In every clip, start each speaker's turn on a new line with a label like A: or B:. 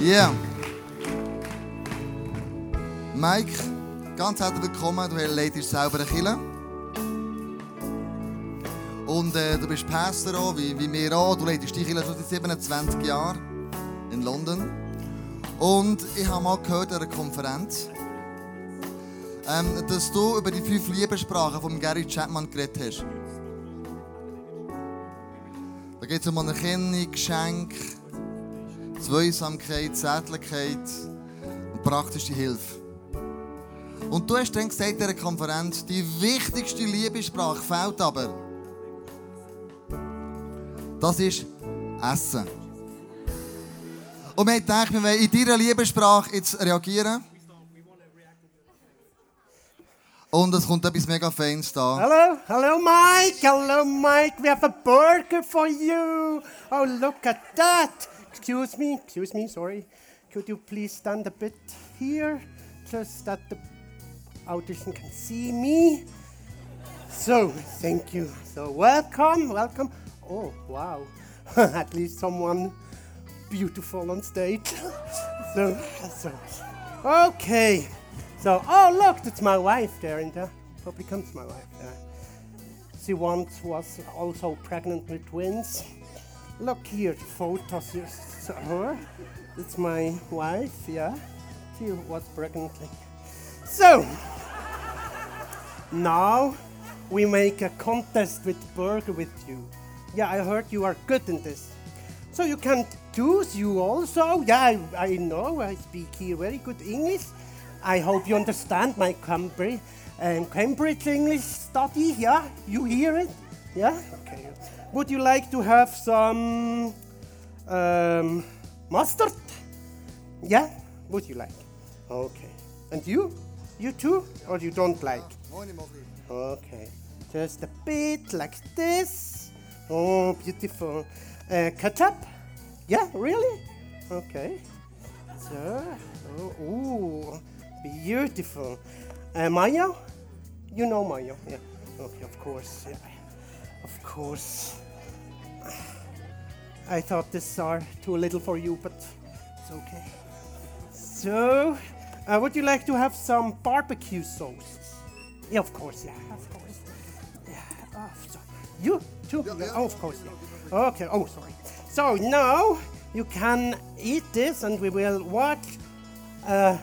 A: Yeah. Mike, ganz herzlich willkommen. Du leitest selber eine Kirche. Und äh, du bist Pastor auch, wie, wie wir auch. Du leitest die Kirche schon seit 27 Jahren in London. Und ich habe mal gehört an einer Konferenz, ähm, dass du über die fünf Liebessprachen von Gary Chapman geredet hast. Da geht es um Anerkennung, Geschenk, Zweisamkeit, Zärtlichkeit und praktische Hilfe. Und du hast dann gesagt in dieser Konferenz, die wichtigste Liebessprache fehlt aber. Das ist Essen. Und wir haben gedacht, wir wollen in deiner Liebessprache jetzt reagieren. Und es kommt etwas mega Fans da.
B: Hello, hello, Mike. Hello, Mike. We have a burger for you. Oh, look at that. Excuse me, excuse me, sorry. Could you please stand a bit here? Just that the audition can see me. So, thank you. So, welcome, welcome. Oh, wow. At least someone beautiful on stage. so, so, okay. So, oh, look, that's my wife there in the probably comes my wife there. She once was also pregnant with twins. Look here, the photos here, so her. That's my wife, yeah. She was pregnant. So, now we make a contest with burger with you. Yeah, I heard you are good in this. So you can choose you also. Yeah, I, I know I speak here very good English. I hope you understand my Cambridge, um, Cambridge English study. Yeah, you hear it? Yeah. Okay. Would you like to have some um, mustard? Yeah. Would you like? Okay. And you? You too? Or you don't like?
A: Moin, Mochi.
B: Okay, just a bit like this. Oh, beautiful. Uh, ketchup? Yeah, really? Okay. So, oh, ooh, beautiful. Uh, mayo? You know mayo, yeah. Okay, of course. Yeah. Of course. I thought this are too little for you, but it's okay. So, uh, would you like to have some barbecue sauce? Yeah, of course, yeah, of course. Yeah, of so- you too? Oh, of course, yeah. Okay, oh, sorry. So now you can eat this and we will watch uh,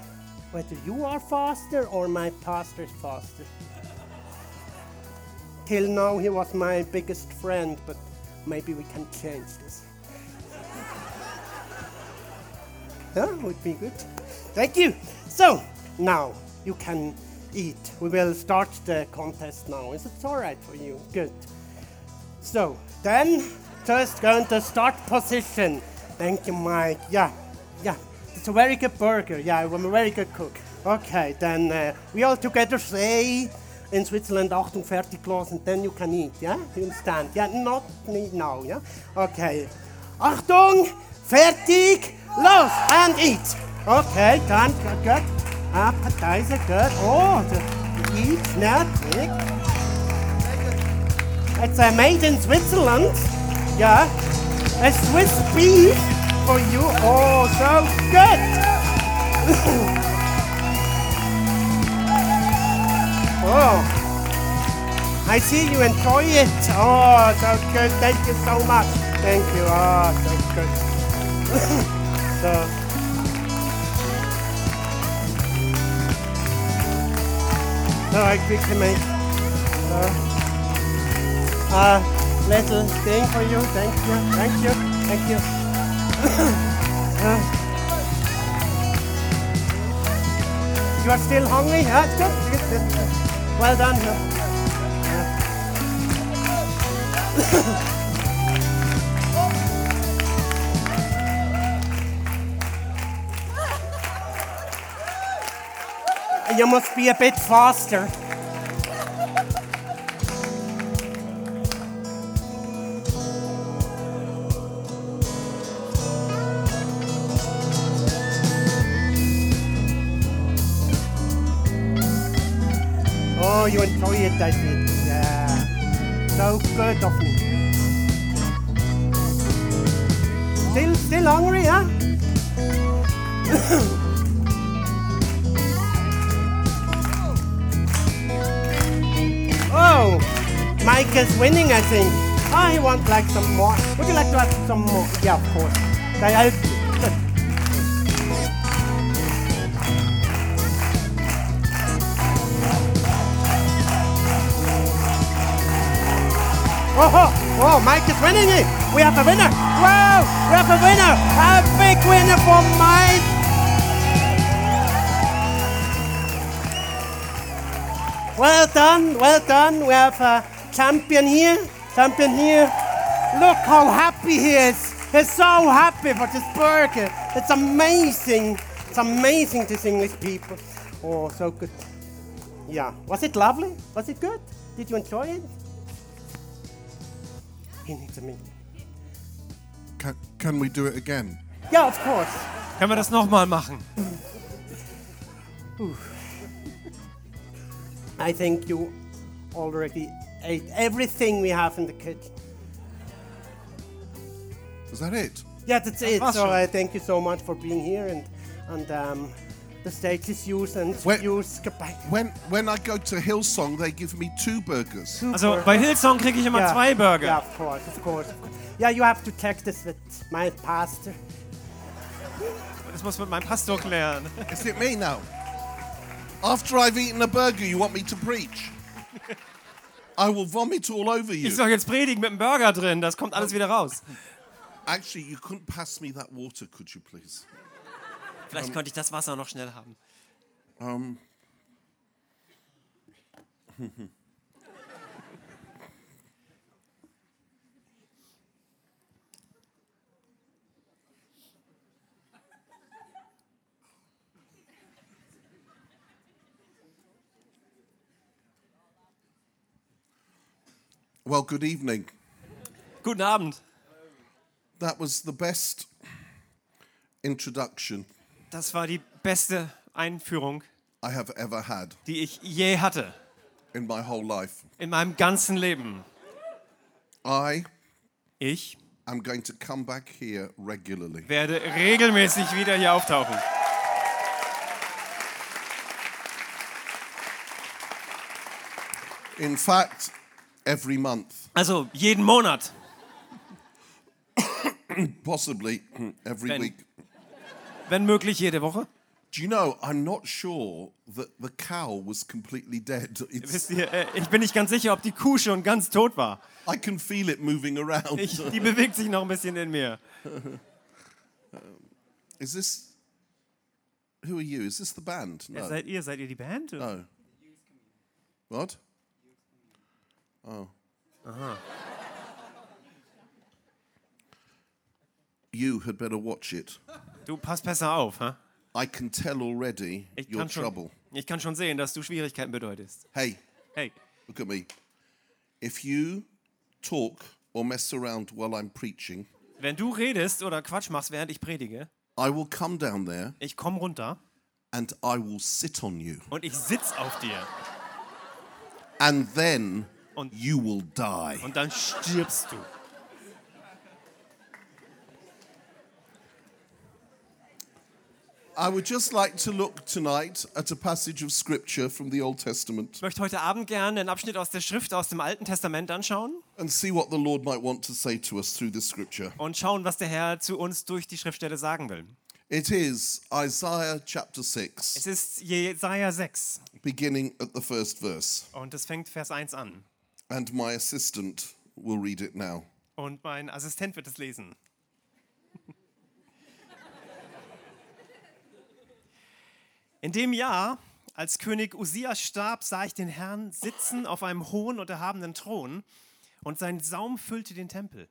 B: whether you are faster or my pastor is faster. Till now he was my biggest friend, but maybe we can change this. That would be good. Thank you. So now you can eat. We will start the contest now. Is it all right for you? Good. So then, just go into start position. Thank you, Mike. Yeah, yeah. It's a very good burger. Yeah, I'm a very good cook. Okay, then uh, we all together say in Switzerland, Achtung, fertig, los, and then you can eat. Yeah, you understand? Yeah, not me now. Yeah. Okay. Achtung, fertig, los, and eat. Okay, done. Good. good. Appetizer, good. Oh, the, eat, not big. It's uh, made in Switzerland. Yeah. A Swiss beef for you. Oh, so good. oh. I see you enjoy it. Oh, so good. Thank you so much. Thank you. Oh, so good. so. So I quickly make. Uh, a little thing for you. Thank you, thank you, thank you. Uh, you are still hungry? Huh? Good, good, good. Well done. huh? Yeah. You must be a bit faster. Oh, you enjoy it, I think. Yeah. So good of me. Still, still hungry, huh? Oh, Mike is winning, I think. I want like some more. Would you like to have some more? Yeah, of course. I, I, Oh, oh, oh, Mike is winning it. We have a winner. Wow, we have a winner. A big winner for Mike. Well done, well done. We have a champion here, champion here. Look how happy he is. He's so happy for this burger. It's amazing. It's amazing, these English people. Oh, so good. Yeah. Was it lovely? Was it good? Did you enjoy it? He needs a minute.
C: Can, can we do it again?
B: Yeah, of course.
D: Können wir das nochmal machen?
B: I think you already ate everything we have in the kitchen.
C: Is that it?
B: Yeah, that's it.
D: war's
B: So
D: schon.
B: I thank you so much for being here and and um, the stage is yours and
C: Wait.
B: yours. Goodbye.
C: When when I go to Hillsong, they give me two burgers.
D: Also bei Hillsong kriege ich immer
B: Yeah.
D: zwei Burger.
B: Yeah, of course, of course. of course. Yeah, you have to check this with my pastor.
D: Das muss mit meinem Pastor klären.
C: Is it me now? After I've eaten a burger, you want me to preach? I will vomit all over you.
D: Ich soll jetzt predigen mit einem Burger drin. Das kommt alles wieder raus.
C: Actually, you couldn't pass me that water, could you please?
D: Vielleicht konnte ich das Wasser noch schnell haben.
C: Um. well, good evening.
D: Guten Abend.
C: That was the best introduction
D: Das war die beste Einführung,
C: I have ever had
D: die ich je hatte.
C: in my whole life.
D: In meinem ganzen Leben.
C: I
D: Ich
C: I'm going to come back here regularly.
D: werde regelmäßig wieder hier auftauchen.
C: In fact, every month,
D: Also jeden Monat,
C: possibly hmm, every
D: Ben.
C: week.
D: wenn möglich jede Woche.
C: Do you know, I'm not sure that the cow was completely dead. It's,
D: Wisst ihr, äh, ich bin nicht ganz sicher, ob die Kuh schon ganz tot war.
C: I can feel it moving around.
D: Ich, die bewegt sich noch ein bisschen in mir.
C: Is this. Who are you? Is this the band? No.
D: Seid ihr, seid ihr die Band?
C: no. What? Oh. Uh-huh. You had better watch it.
D: Du pass besser auf, ha?
C: I can tell already
D: Ich
C: your
D: kann, schon,
C: trouble.
D: ich kann schon sehen, dass du Schwierigkeiten bedeutest.
C: Hey,
D: Hey,
C: Look at me. If you talk or mess around while I'm preaching,
D: wenn du redest oder Quatsch machst, während ich predige,
C: I will come down there
D: ich komm runter
C: and I will sit on you.
D: und ich sitz auf dir
C: And then
D: Und-
C: you will die.
D: und dann stirbst du.
C: I would just like to look tonight at a passage of scripture from the Old Testament
D: Ich möchte heute Abend gerne einen Abschnitt aus der Schrift aus dem Alten Testament anschauen
C: and see what the Lord might want to say to us through this scripture.
D: und schauen, was der Herr zu uns durch die Schriftstelle sagen will.
C: It is Isaiah chapter
D: Es
C: 6,
D: ist Jesaja 6
C: beginning at the first verse.
D: und es fängt Vers 1 an.
C: And my assistant will read it now.
D: Und mein Assistent wird es lesen. In dem Jahr, als König Usias starb, sah ich den Herrn sitzen auf einem hohen und erhabenen Thron und sein Saum füllte den Tempel.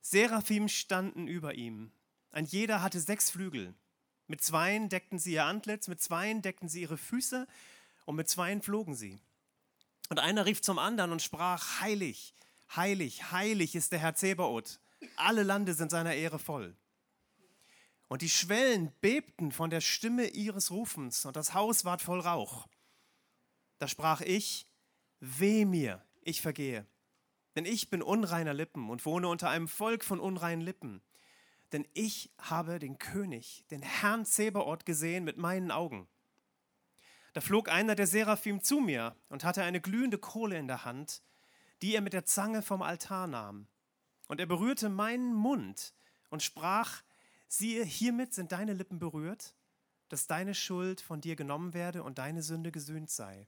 D: Seraphim standen über ihm. Ein jeder hatte sechs Flügel. Mit zweien deckten sie ihr Antlitz, mit zweien deckten sie ihre Füße und mit zweien flogen sie. Und einer rief zum anderen und sprach, heilig, heilig, heilig ist der Herr Zebaoth. Alle Lande sind seiner Ehre voll. Und die Schwellen bebten von der Stimme ihres Rufens und das Haus ward voll Rauch. Da sprach ich, weh mir, ich vergehe. Denn ich bin unreiner Lippen und wohne unter einem Volk von unreinen Lippen. denn ich habe den König, den Herrn Zebaoth gesehen mit meinen Augen. Da flog einer der Seraphim zu mir und hatte eine glühende Kohle in der Hand, die er mit der Zange vom Altar nahm. Und er berührte meinen Mund und sprach, siehe, hiermit sind deine Lippen berührt, dass deine Schuld von dir genommen werde und deine Sünde gesühnt sei.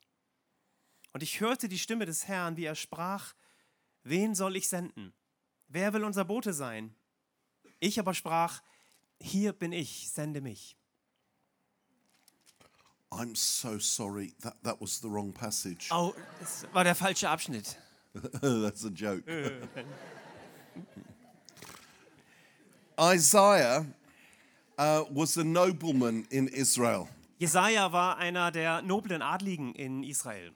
D: Und ich hörte die Stimme des Herrn, wie er sprach, wen soll ich senden? Wer will unser Bote sein? Ich aber sprach, hier bin ich, sende mich.
C: I'm so sorry. That, that was the wrong passage.
D: Oh, das war der falsche Abschnitt.
C: That's a joke. Isaiah uh, was a nobleman in Israel.
D: Jesaja war einer der noblen Adligen in Israel.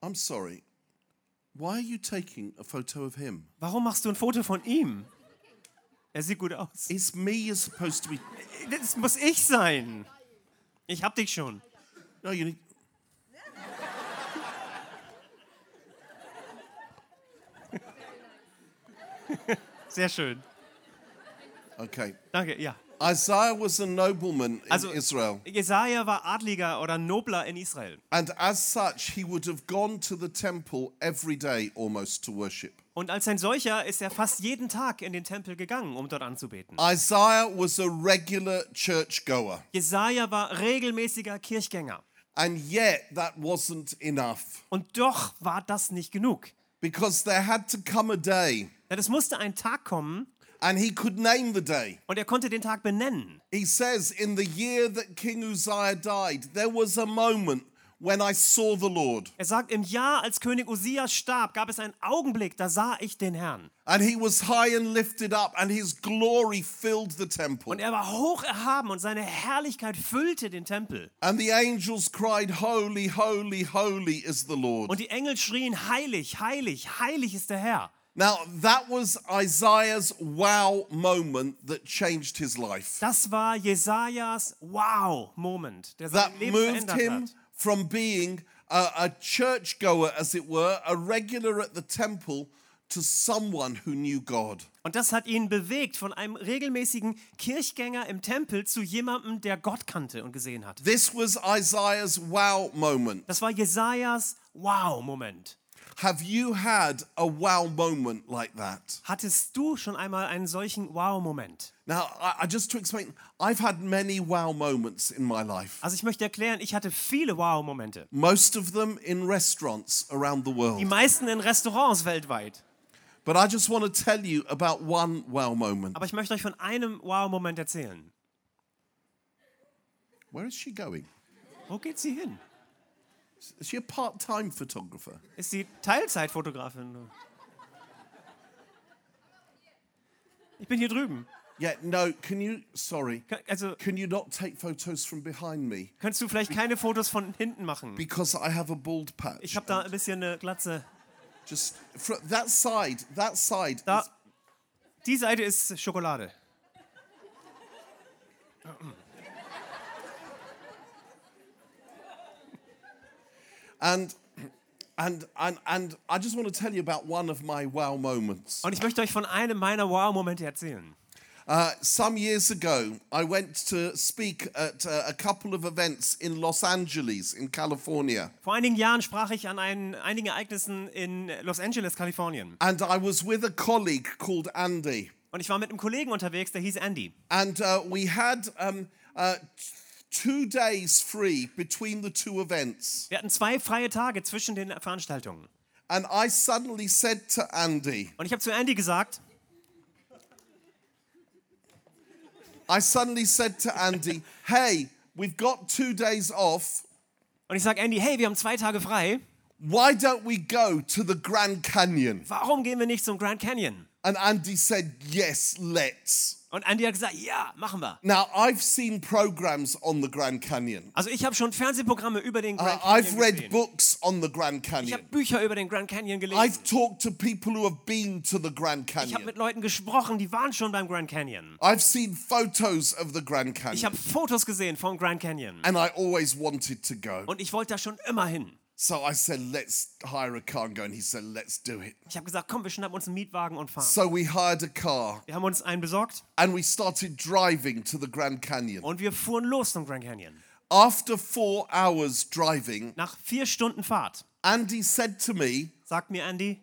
C: I'm sorry. Why are you taking a photo of him?
D: Warum machst du ein Foto von ihm? Er sieht gut aus.
C: It's me you're supposed to be.
D: Das muss ich sein. Ich hab dich schon.
C: No, you need.
D: Sehr schön.
C: Okay.
D: Danke, ja.
C: Isaiah was a nobleman in
D: Also-
C: Israel.
D: Jesaja war Adliger oder Nobler in Israel.
C: And as such, he would have gone to the temple every day almost to worship.
D: Und als ein solcher ist er fast jeden Tag in den Tempel gegangen, um dort anzubeten.
C: Isaiah was a regular churchgoer.
D: Jesaja war regelmäßiger Kirchgänger.
C: And yet, that wasn't enough.
D: Und doch war das nicht genug.
C: Because there had to come a day,
D: Denn es musste ein Tag kommen
C: and he could name the day.
D: und er konnte den Tag benennen.
C: He says, In the year that King Uzziah died, there was a moment when I saw the Lord.
D: Er sagt, im Jahr, als König Uzias starb, gab es einen Augenblick, da sah ich den Herrn.
C: And he was high and lifted up, and his glory filled the temple.
D: Und er war hoch erhaben und seine Herrlichkeit füllte den Tempel.
C: And the angels cried, Holy, holy, holy is the Lord.
D: Und die Engel schrien, heilig, heilig, heilig ist der Herr.
C: Now, that was Isaiah's wow moment that changed his life.
D: Das war Jesajas Wow-Moment, der sein
C: That
D: Leben
C: moved
D: verändert
C: him
D: hat.
C: from being a, a churchgoer, as it were, a regular at the temple, to someone who knew God.
D: Und das hat ihn bewegt von einem regelmäßigen Kirchgänger im Tempel zu jemandem, der Gott kannte und gesehen hat.
C: This was Isaiah's wow moment.
D: Das war Jesajas Wow-Moment.
C: Have you had a wow moment like that?
D: Hattest du schon einmal einen solchen Wow-Moment?
C: Now, I, I just to explain, I've had many wow moments in my life.
D: Also ich möchte erklären, ich hatte viele Wow-Momente.
C: Most of them in restaurants around the
D: Die
C: world.
D: meisten in Restaurants weltweit.
C: But I just want to tell you about one wow moment.
D: Aber ich möchte euch von einem Wow-Moment erzählen.
C: Where is she going?
D: Wo geht sie hin?
C: Is she a part time photographer?
D: Ist sie Teilzeitfotografin? Ich bin hier drüben.
C: Yeah, no, can you, sorry,
D: Ka- Also,
C: can you not take photos from behind me?
D: könntest du vielleicht keine Fotos von hinten machen?
C: Because I have a bald patch.
D: Ich habe da ein bisschen eine Glatze.
C: Just, fr that side, that side.
D: Da.
C: is-
D: Die Seite ist Schokolade.
C: And, and, and, and I just want to tell you about one of my wow moments.
D: Und ich möchte euch von einem meiner Wow-Momente erzählen.
C: Uh, some years ago, I went to speak at uh, a couple of events in Los Angeles, in California.
D: Vor einigen Jahren sprach ich an einen, einigen Ereignissen in Los Angeles, Kalifornien.
C: And I was with a colleague called Andy.
D: Und ich war mit einem Kollegen unterwegs, der hieß Andy.
C: And uh, we had um, uh, t- two days free between the two events.
D: Wir hatten zwei freie Tage zwischen den Veranstaltungen.
C: And I suddenly said to Andy,
D: Und ich habe zu Andy gesagt,
C: I suddenly said to Andy, hey, we've got two days off.
D: und ich sage Andy, hey, wir haben zwei Tage frei.
C: Why don't we go to the Grand Canyon?
D: Warum gehen wir nicht zum Grand Canyon?
C: And Andy said, yes, let's.
D: Und Andy hat gesagt, ja, machen wir.
C: Now, I've seen programs on the Grand Canyon.
D: Also ich habe schon Fernsehprogramme über den
C: Uh,
D: Grand
C: I've
D: Canyon
C: read
D: gesehen.
C: books on the Grand
D: Ich habe
C: Canyon.
D: Bücher über den Grand Canyon gelesen.
C: I've talked to people who have been to the Grand
D: Ich habe
C: Canyon.
D: mit Leuten gesprochen, die waren schon beim Grand Canyon.
C: I've seen photos of the Grand
D: Ich
C: Canyon.
D: habe Fotos gesehen vom Grand Canyon.
C: And I always wanted to go.
D: Und ich wollte da schon immer hin.
C: So I said, let's hire a car and go. And he said, let's do it.
D: Ich habe gesagt, komm, wir schnappen uns einen Mietwagen und fahren.
C: So we hired a car
D: Wir haben uns einen besorgt
C: and we started driving to the Grand Canyon.
D: und wir fuhren los zum Grand Canyon.
C: After four hours driving,
D: Nach vier Stunden Fahrt
C: Andy said to me,
D: sagt mir Andy,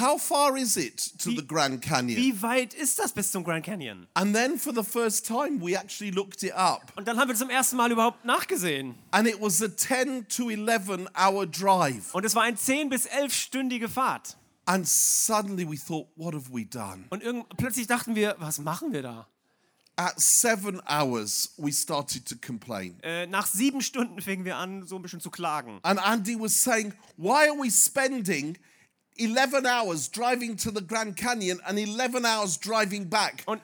C: How far is it to
D: Wie-
C: the Grand Canyon?
D: wie weit ist das bis zum Grand Canyon?
C: And then for the first time, we actually looked it up.
D: Und dann haben wir zum ersten Mal überhaupt nachgesehen.
C: And it was a 10 to 11 hour drive.
D: Und es war eine 10- bis 11-stündige Fahrt.
C: And suddenly we thought, What have we done?
D: Und irgend plötzlich dachten wir, was machen wir da?
C: At seven hours, we started to complain.
D: Äh, nach sieben Stunden fingen wir an, so ein bisschen zu klagen.
C: And Andy was saying, Why are we spending 11 hours driving to the Grand Canyon and 11 hours driving back?
D: Und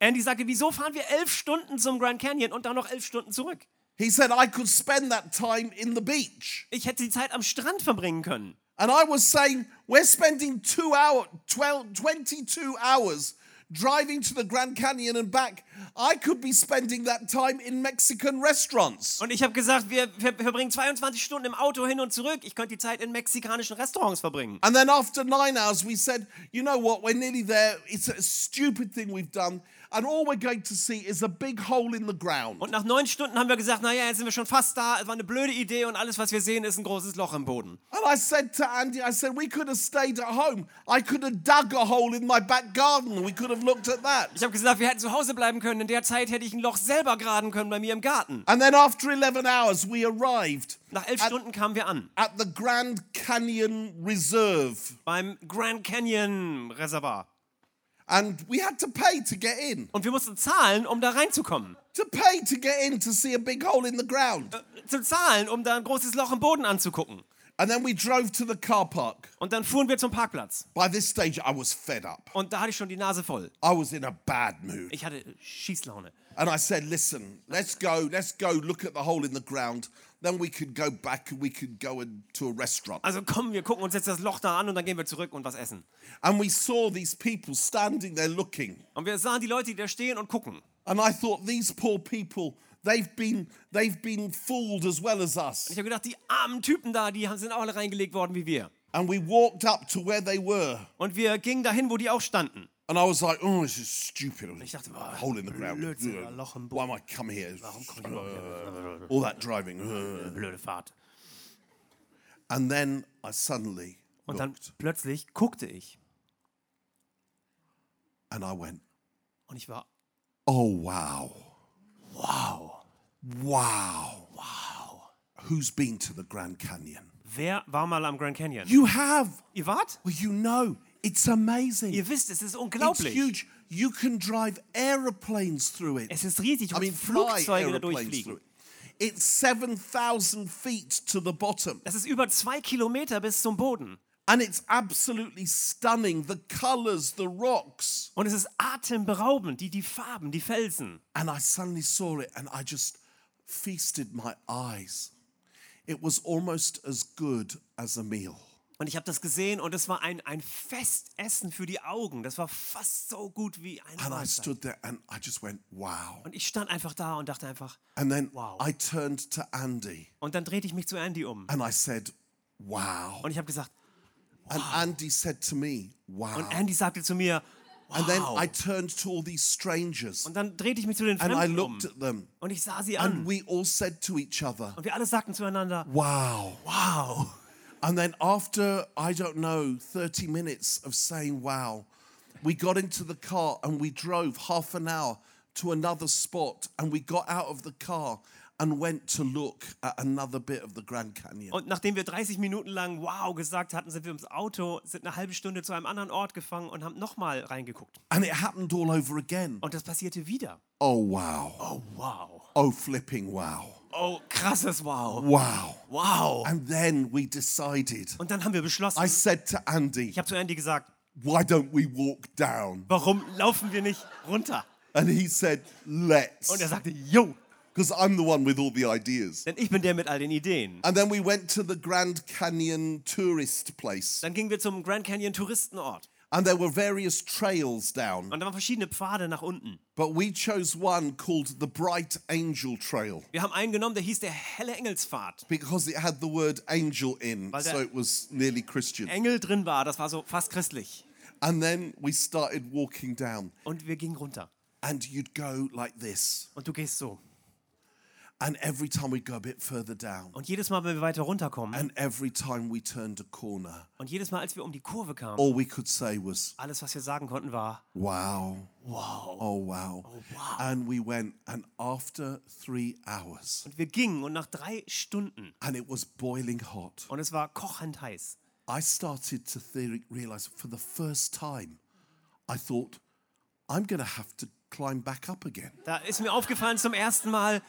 D: Andy sagte, wieso fahren wir elf Stunden zum Grand Canyon und dann noch elf Stunden zurück?
C: He said, I could spend that time in the beach.
D: Ich hätte die Zeit am Strand verbringen können.
C: And I was saying, We're spending two hour, 12, 22 hours driving to the Grand Canyon and back. I could be spending that time in Mexican restaurants.
D: Und ich habe gesagt, wir, wir verbringen 22 Stunden im Auto hin und zurück. Ich könnte die Zeit in mexikanischen Restaurants verbringen.
C: And then after nine hours, we said, you know what, we're nearly there. It's a stupid thing we've done. And all we're going to see is a big hole in the ground.
D: Und nach neun Stunden haben wir gesagt, naja, jetzt sind wir schon fast da. Es war eine blöde Idee und alles, was wir sehen, ist ein großes Loch im Boden.
C: And I said to Andy, I said, we could have stayed at home. I could have dug a hole in my back garden. We could have looked at that.
D: Ich habe gesagt, wir hätten zu Hause bleiben können. In der Zeit hätte ich ein Loch selber graben können bei mir im Garten.
C: And then after 11 hours, we arrived
D: Nach elf Stunden kamen wir an
C: at the Grand Canyon Reserve.
D: beim Grand Canyon Reservoir.
C: And we had to pay to get in.
D: Und wir mussten zahlen, um da reinzukommen.
C: To pay to get in to see a big hole in the ground.
D: Zu zahlen, um da ein großes Loch im Boden anzugucken.
C: And then we drove to the car park.
D: Und dann fuhren wir zum Parkplatz.
C: By this stage, I was fed up.
D: Und da hatte ich schon die Nase voll.
C: I was in a bad mood.
D: Ich hatte Schießlaune.
C: And I said, listen, let's go, let's go look at the hole in the ground. Then we could go back and we could go in, to a restaurant.
D: Also komm, wir gucken uns jetzt das Loch da an und dann gehen wir zurück und was essen.
C: And we saw these people standing there looking.
D: Und wir sahen die Leute, die da stehen und gucken.
C: And I thought, these poor people, they've been, they've been fooled as well as
D: Ich
C: us.
D: habe gedacht, die armen Typen da, die haben- sind auch alle reingelegt worden wie wir.
C: And we walked up to where they were.
D: Und wir gingen dahin, wo die auch standen.
C: And I was like, oh, this is stupid.
D: dachte, boah,
C: hole in the ground.
D: Blödsinn, ein Loch im Boden.
C: Why am I come here? All that driving.
D: Blöde Fahrt.
C: And then I suddenly
D: Und dann
C: looked
D: plötzlich guckte ich
C: and I went,
D: und ich war,
C: Oh, wow.
D: wow.
C: Wow. Wow. Who's been to the Grand Canyon?
D: Wer war mal am Grand Canyon?
C: You have.
D: Ihr wart?
C: Well, you know. It's amazing.
D: Ihr wisst, es
C: it's
D: ist unglaublich.
C: huge. You can drive aeroplanes through it.
D: Es ist riesig. Du
C: I mean,
D: kannst
C: fly
D: Flugzeuge da
C: aeroplanes through
D: durchfliegen.
C: it. It's 7,000 feet to the bottom.
D: Das ist über zwei Kilometer bis zum Boden.
C: And it's absolutely stunning. The colors, the rocks.
D: Und es ist atemberaubend, die, die Farben, die Felsen.
C: And I suddenly saw it and I just feasted my eyes. It was almost as good as a meal.
D: Und ich habe das gesehen und es war ein, ein Festessen für die Augen. Das war fast so gut wie ein
C: And I
D: Mahlzeit.
C: stood there and I just went, wow.
D: Und ich stand einfach da und dachte einfach,
C: And then
D: Wow.
C: I turned to Andy
D: und dann drehte ich mich zu Andy um.
C: and I said, wow.
D: Und ich habe gesagt,
C: And Andy said to me, wow.
D: und Andy sagte zu mir,
C: And then
D: wow.
C: I turned to all these strangers
D: Und dann drehte ich mich zu den
C: and I
D: Fremden um.
C: looked at them.
D: Und ich sah sie
C: And
D: an.
C: we all said to each other,
D: Und wir alle sagten zueinander,
C: wow. Wow. And then after, I don't know, 30 minutes of saying wow, we got into the car and we drove half an hour to another spot and we got out of the car and went to look at another bit of the Grand Canyon.
D: Und nachdem wir 30 Minuten lang wow gesagt hatten, sind wir ins Auto, sind eine halbe Stunde zu einem anderen Ort gefangen und haben nochmal reingeguckt.
C: And it happened all over again.
D: Und das passierte wieder.
C: Oh, wow.
D: Oh, wow.
C: Oh, flipping wow.
D: Oh, krasses Wow.
C: Wow.
D: Wow.
C: And then we decided.
D: Und dann haben wir beschlossen,
C: I said to Andy,
D: ich habe zu Andy gesagt,
C: why don't we walk down?
D: warum laufen wir nicht runter?
C: And he said, let's.
D: Und er sagte, yo,
C: Because I'm the one with all the ideas.
D: denn ich bin der mit all den Ideen.
C: And then we went to the Grand Canyon tourist place.
D: Dann gingen wir zum Grand Canyon Touristenort.
C: And there were various trails down,
D: Und da waren verschiedene Pfade nach unten.
C: but we chose one called the Bright Angel Trail
D: Wir haben einen genommen, der hieß der helle Engelspfad.
C: because it had the word angel in,
D: Weil der-
C: so it was nearly Christian.
D: Engel drin war, das war so fast christlich.
C: And then we started walking down,
D: Und wir gingen runter.
C: and you'd go like this.
D: Und du gehst so.
C: And every time we'd go a bit further down,
D: Und jedes Mal, wenn wir weiter runterkommen,
C: and every time we turned a corner,
D: und jedes Mal, als wir um die Kurve kamen,
C: all we could say was,
D: alles, was wir sagen konnten, war,
C: wow. Wow. Oh, wow. And we went, and after three hours,
D: und wir gingen und nach drei Stunden,
C: and it was boiling hot,
D: und es war kochend heiß,
C: I started to theory- realize for the first time, I thought, I'm going to have to climb back up again.
D: da ist mir aufgefallen zum ersten Mal,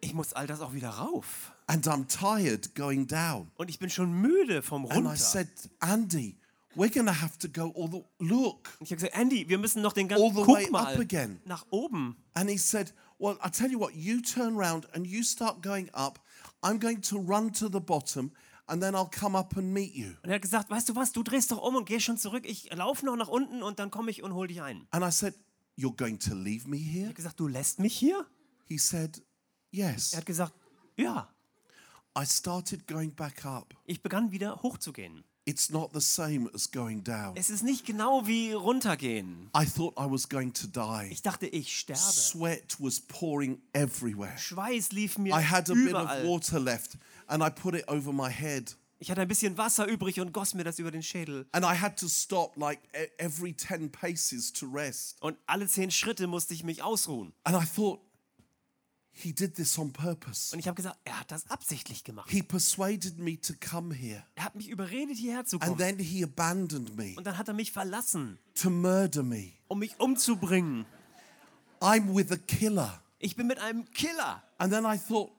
D: ich muss all das auch wieder rauf.
C: And I'm tired going down.
D: Und ich bin schon müde vom
C: And
D: Runter.
C: I said, Andy, we're going to have to go all the look.
D: Und ich habe gesagt, Andy, wir müssen noch den
C: All
D: ganzen
C: the way
D: Guck
C: up
D: mal
C: again.
D: nach oben.
C: And he said, Well, I tell you what, you turn round and you start going up. I'm going to run to the bottom and then I'll come up and meet you.
D: Und er hat gesagt, weißt du was, du drehst doch um und gehst schon zurück. Ich laufe noch nach unten und dann komme ich und hol dich ein.
C: And I said, You're going to leave me
D: Er
C: here?
D: hat gesagt, du lässt mich hier?
C: He said,
D: Er
C: Yes.
D: hat gesagt, ja.
C: I started going back up.
D: Ich begann wieder hochzugehen.
C: It's not the same as going down.
D: Es ist nicht genau wie runtergehen.
C: I thought I was going to die.
D: Ich dachte, ich sterbe.
C: Sweat was pouring everywhere.
D: Schweiß lief mir
C: I had a bit of
D: überall.
C: water left and I put it over my head.
D: Ich hatte ein bisschen Wasser übrig und goss mir das über den Schädel.
C: And I had to stop like e- every 10 paces to rest.
D: Und alle zehn Schritte musste ich mich ausruhen.
C: And I thought, he did this on purpose.
D: Und ich habe gesagt, er hat das absichtlich gemacht.
C: He persuaded me to come here.
D: Er hat mich überredet, hierher zu
C: And
D: kommen.
C: then he abandoned me
D: Und dann hat er mich verlassen,
C: to murder me.
D: um mich umzubringen.
C: I'm with a killer.
D: Ich bin mit einem Killer.
C: And then I thought,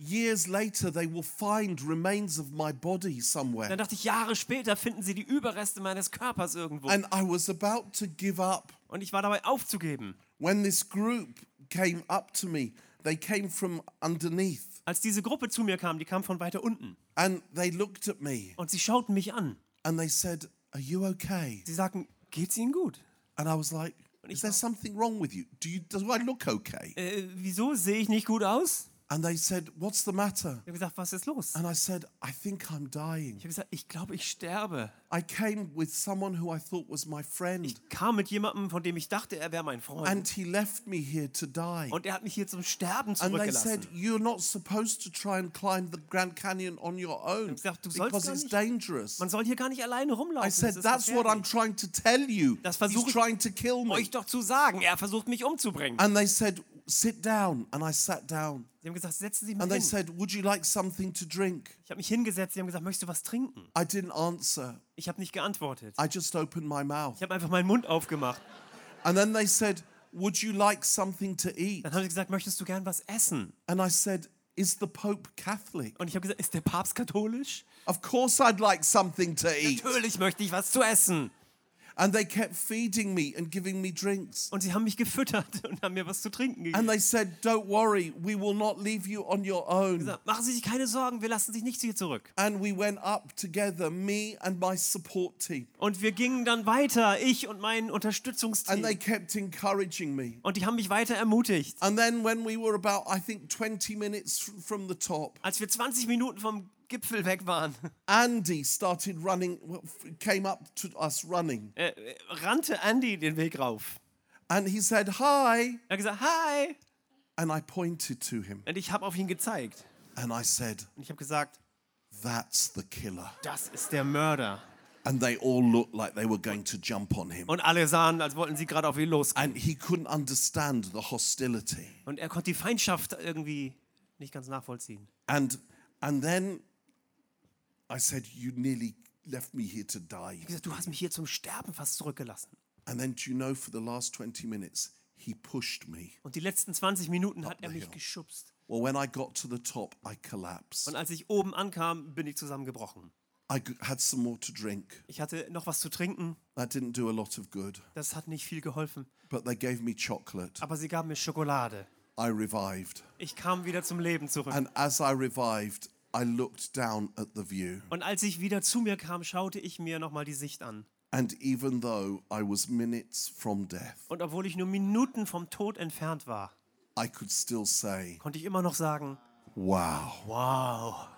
C: years later, they will find remains of my body somewhere.
D: Dann dachte ich, Jahre später finden sie die Überreste meines Körpers irgendwo.
C: And I was about to give up
D: Und ich war dabei aufzugeben.
C: when this group came up to me. They came from underneath
D: Als diese Gruppe zu mir kam, die kam von weiter unten.
C: and they looked at me
D: Und sie schauten mich an.
C: and they said, Are you okay?
D: Sie sagten, geht's Ihnen gut?
C: And I was like, Is there something wrong with you? Do, you, do I look okay?
D: Äh, wieso sehe ich nicht gut aus?
C: And they said, What's the matter?
D: Ich habe gesagt, was ist los? Ich
C: And I said, I think I'm dying.
D: habe gesagt, ich glaube, ich sterbe.
C: I came with someone who I thought was my friend,
D: Kam mit jemandem, von dem ich dachte, er wäre mein Freund.
C: and he left me here to die.
D: und er hat mich hier zum Sterben
C: And they said,
D: zurückgelassen.
C: You're not supposed to try and climb the Grand Canyon on your own
D: gesagt, "Du sollst
C: because
D: gar
C: it's
D: nicht."
C: dangerous.
D: Man soll hier gar nicht alleine rumlaufen.
C: I said,
D: das ist
C: That's what I'm trying
D: gefährlich."
C: to tell you.
D: Das
C: He's
D: versuche Oh, ich-
C: trying to kill me.
D: euch doch zu sagen. Er versucht mich umzubringen.
C: And they said, Sit down. And I sat down.
D: Sie haben gesagt, setzen Sie
C: And
D: mich
C: they
D: hin.
C: said, Would you like something to drink?
D: ich habe mich hingesetzt. Sie haben gesagt, möchtest du was trinken?
C: I didn't answer.
D: Ich habe nicht geantwortet.
C: I just opened my mouth.
D: Ich habe einfach meinen Mund aufgemacht.
C: And then they said, Would you like something to eat?
D: Dann haben sie gesagt, möchtest du gern was essen?
C: And I said, Is the Pope Catholic?
D: Und ich habe gesagt, ist der Papst katholisch?
C: Of course I'd like something to eat.
D: Natürlich möchte ich was zu essen.
C: And they kept feeding me and giving me drinks.
D: Und sie haben mich gefüttert und haben mir was zu trinken gegeben.
C: And they said, Don't worry, we will not leave you on your own.
D: gesagt, machen Sie sich keine Sorgen, wir lassen Sie nicht hier zurück.
C: And we went up together, me and my support team.
D: Und wir gingen dann weiter, ich und mein
C: And they
D: Unterstützungsteam.
C: kept encouraging me.
D: Und die haben mich weiter ermutigt.
C: And then when we were about, I think, 20 minutes fr- from the top,
D: Als wir 20 Minuten vom Gipfel weg waren,
C: Andy started running, well, f- came up to us running.
D: äh, rannte Andy den Weg rauf.
C: And he said, Hi.
D: Er hat gesagt, hi.
C: And I pointed to him
D: Und ich habe auf ihn gezeigt.
C: and I said,
D: Und ich habe gesagt,
C: That's the killer.
D: das ist der Mörder.
C: And they all looked like they were going to jump on him.
D: Und alle sahen, als wollten sie gerade auf ihn losgehen.
C: And he couldn't understand the hostility.
D: Und er konnte die Feindschaft irgendwie nicht ganz nachvollziehen.
C: And and then I said, You nearly left me here to die.
D: Ich hab gesagt, du hast mich hier zum Sterben fast zurückgelassen.
C: And then do you know for the last 20 minutes he pushed me.
D: Und die letzten 20 Minuten hat er mich geschubst.
C: Well, when I got to the top, I collapsed.
D: Und als ich oben ankam, bin ich zusammengebrochen.
C: I g- had some more to drink.
D: Ich hatte noch was zu trinken,
C: That didn't do a lot of good,
D: das hat nicht viel geholfen.
C: but they gave me chocolate.
D: Aber sie gaben mir Schokolade.
C: I revived.
D: Ich kam wieder zum Leben zurück.
C: And as I revived, I looked down at the view.
D: Und als ich wieder zu mir kam, schaute ich mir nochmal die Sicht an.
C: And even though I was minutes from death,
D: Und obwohl ich nur Minuten vom Tod entfernt war,
C: I could still say,
D: konnte ich immer noch sagen,
C: wow,
D: wow,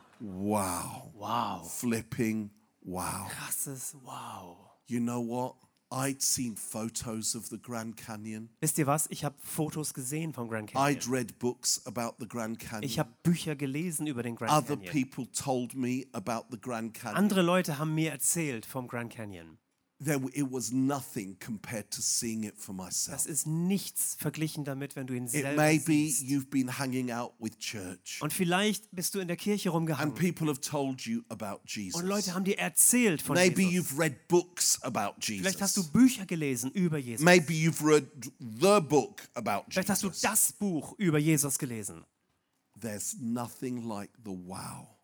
C: wow,
D: wow,
C: flipping wow.
D: krasses Wow.
C: You know what? I'd seen photos of the Grand Canyon.
D: Wisst ihr was? Ich habe Fotos gesehen vom Grand Canyon.
C: I'd read books about the Grand
D: Ich
C: Canyon.
D: habe Bücher gelesen über den Grand
C: Other
D: Canyon.
C: people told me about the Grand Canyon.
D: Andere Leute haben mir erzählt vom Grand Canyon.
C: There, w- it was nothing compared to seeing it for myself.
D: Das ist nichts verglichen damit, wenn du ihn
C: It
D: selber
C: may be
D: siehst.
C: you've been hanging out with church
D: Und vielleicht bist du in der Kirche
C: and
D: rumgehangen
C: people have told you about
D: und
C: Jesus.
D: Leute haben dir erzählt von
C: Maybe
D: Jesus.
C: you've read books about
D: Vielleicht hast du
C: Jesus.
D: Bücher gelesen über Jesus.
C: Maybe you've read the book about
D: Vielleicht hast du
C: Jesus.
D: das Buch über Jesus gelesen.
C: There's nothing like the wow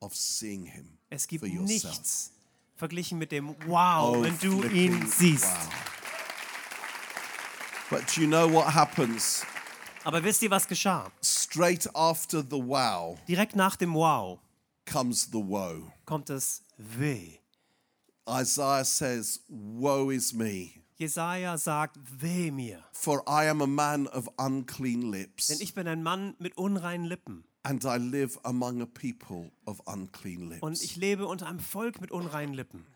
C: of seeing him
D: Es gibt
C: for yourself.
D: nichts verglichen mit dem Wow,
C: Oh,
D: wenn du
C: flipping
D: ihn siehst.
C: wow. But do you know what happens?
D: Aber wisst ihr, was geschah?
C: Straight after the wow
D: Direkt nach dem Wow
C: comes the woe.
D: kommt das Weh.
C: Isaiah says, Woe is me,
D: Jesaja sagt: Weh mir,
C: for I am a man of unclean
D: denn
C: lips,
D: ich bin ein Mann mit unreinen Lippen
C: and I live among a people of unclean
D: und
C: lips.
D: ich lebe unter einem Volk mit unreinen Lippen.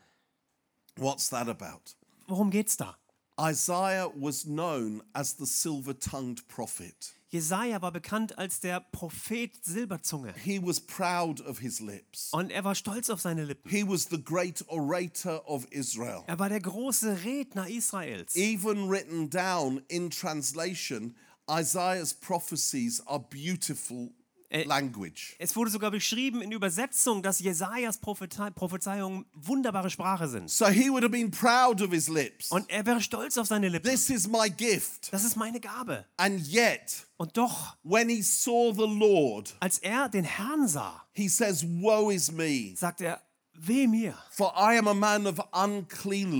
C: What's that about?
D: Worum geht's da?
C: Isaiah was known as the silver tongued prophet.
D: Jesaja war bekannt als der Prophet Silberzunge
C: He was proud of his lips.
D: und er war stolz auf seine Lippen.
C: He was the great orator of Israel.
D: Er war der große Redner Israels.
C: Even written down in translation, Isaiah's prophecies are beautiful language.
D: Es wurde sogar beschrieben in Übersetzung, dass Jesajas Prophezei Prophezeiungen wunderbare Sprache sind.
C: So he would have been proud of his lips.
D: Und er wäre stolz auf seine Lippen.
C: This is my gift.
D: Das ist meine Gabe.
C: And yet,
D: Und doch,
C: when he saw the Lord,
D: als er den Herrn sah,
C: he says, Woe is me,
D: sagt er, weh mir,
C: for I am a man of unclean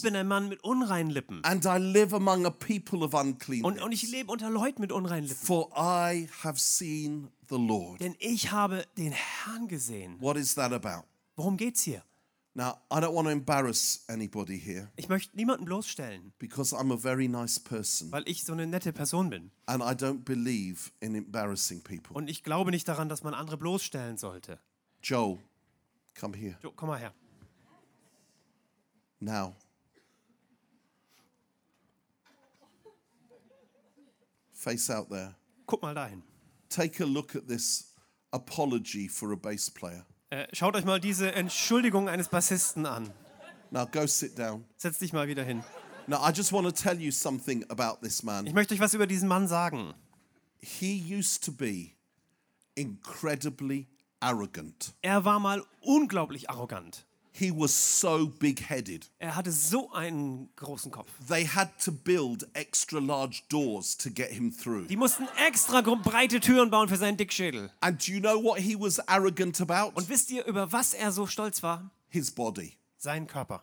C: lips,
D: bin ein Mann mit unreinen Lippen.
C: and I live among a people of unclean
D: Und, und ich
C: lips.
D: lebe unter Leuten mit unreinen Lippen.
C: For I have seen the Lord.
D: Denn ich habe den Herrn gesehen.
C: What is that about?
D: Worum geht's hier?
C: Now, I don't want to embarrass anybody here
D: Ich möchte niemanden bloßstellen,
C: because I'm a very nice person
D: weil ich so eine nette Person bin.
C: and I don't believe in embarrassing people.
D: Und ich glaube nicht daran, dass man andere bloßstellen sollte.
C: Joel, come here
D: Jo, komm mal her.
C: now. Face out there.
D: Guck mal dahin.
C: Take a look at this apology for a bass player.
D: Äh, schaut euch mal diese Entschuldigung eines Bassisten an.
C: Now go sit down.
D: Setz dich mal wieder hin.
C: Now, I just want to tell you something about this
D: Ich
C: man.
D: möchte euch was über diesen Mann sagen.
C: He used to be incredibly arrogant.
D: Er war mal unglaublich arrogant.
C: He was so big headed.
D: Er hatte so einen großen Kopf.
C: They had to build extra large doors to get him through.
D: Die mussten extra gro- breite Türen bauen für seinen Dickschädel.
C: And do you know what he was arrogant about?
D: Und wisst ihr, über was er so stolz war?
C: His body.
D: Sein Körper.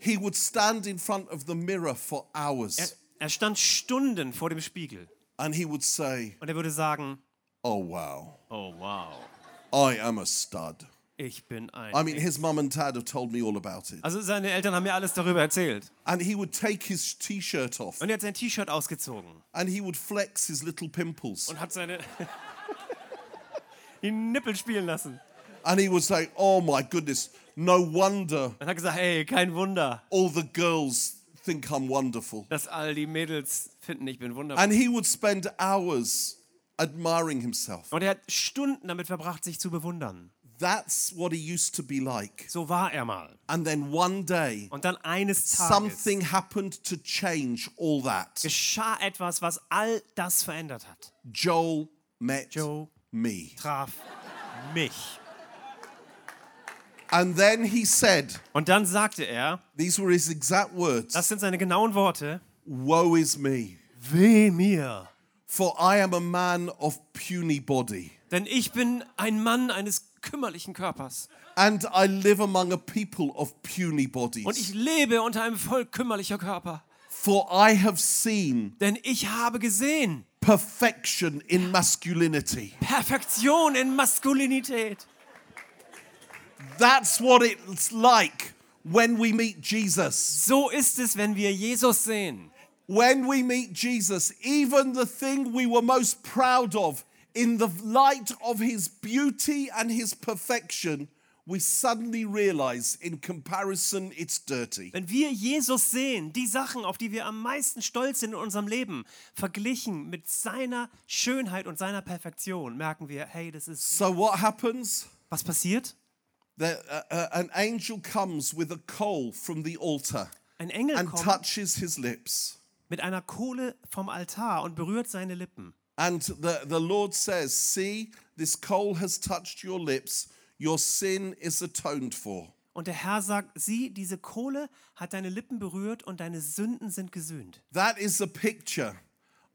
C: He would stand in front of the mirror for
D: Er,
C: hours
D: er stand Stunden vor dem Spiegel
C: and he would say,
D: und er würde sagen,
C: Oh, wow,
D: oh wow,
C: I am a stud.
D: ich bin ein...
C: I mean, his mum and dad have told me all about it.
D: also seine Eltern haben mir alles darüber erzählt.
C: And he would take his t shirt off
D: Und er hat sein T-Shirt ausgezogen
C: and he would flex his little pimples
D: und hat seine... die Nippel spielen lassen.
C: and he would say, Oh, my goodness, no wonder
D: Und hat gesagt, hey, kein Wunder,
C: all the girls think I'm wonderful.
D: dass all die Mädels finden, ich bin wunderbar.
C: And he would spend hours admiring himself.
D: Und er hat Stunden damit verbracht, sich zu bewundern.
C: That's what he used to be like.
D: So war er mal.
C: And then one day,
D: Und dann eines Tages
C: something happened to change all that.
D: geschah etwas, was all das verändert hat.
C: Joel met
D: Joel.
C: me.
D: Traf mich.
C: And then he said,
D: Und dann sagte er,
C: these were his exact words
D: das sind seine genauen Worte,
C: Woe is me,
D: weh mir.
C: for I am a man of puny body,
D: Denn ich bin ein Mann eines kümmerlichen Körpers.
C: and I live among a people of puny
D: Und ich
C: bodies.
D: lebe unter einem Volk kümmerlicher Körper.
C: For I have seen
D: Denn ich habe gesehen,
C: perfection in masculinity.
D: Perfektion in Maskulinität.
C: That's what it's like when we meet Jesus.
D: So ist es, wenn wir Jesus sehen.
C: When we meet Jesus, even the thing we were most proud of, in the light of his beauty and his perfection, we suddenly realize in comparison it's dirty.
D: Wenn wir Jesus sehen, die Sachen, auf die wir am meisten stolz sind in unserem Leben, verglichen mit seiner Schönheit und seiner Perfektion, merken wir, hey, das ist.
C: So what happens?
D: Was passiert?
C: There, uh, uh, an angel comes with a coal from the altar
D: Ein Engel
C: and
D: kommt
C: touches his lips.
D: mit einer Kohle vom Altar und berührt seine Lippen.
C: And the, the Lord says, See, this coal has touched your lips. Your sin is atoned for.
D: Und der Herr sagt, sieh, diese Kohle hat deine Lippen berührt und deine Sünden sind gesühnt.
C: That is a picture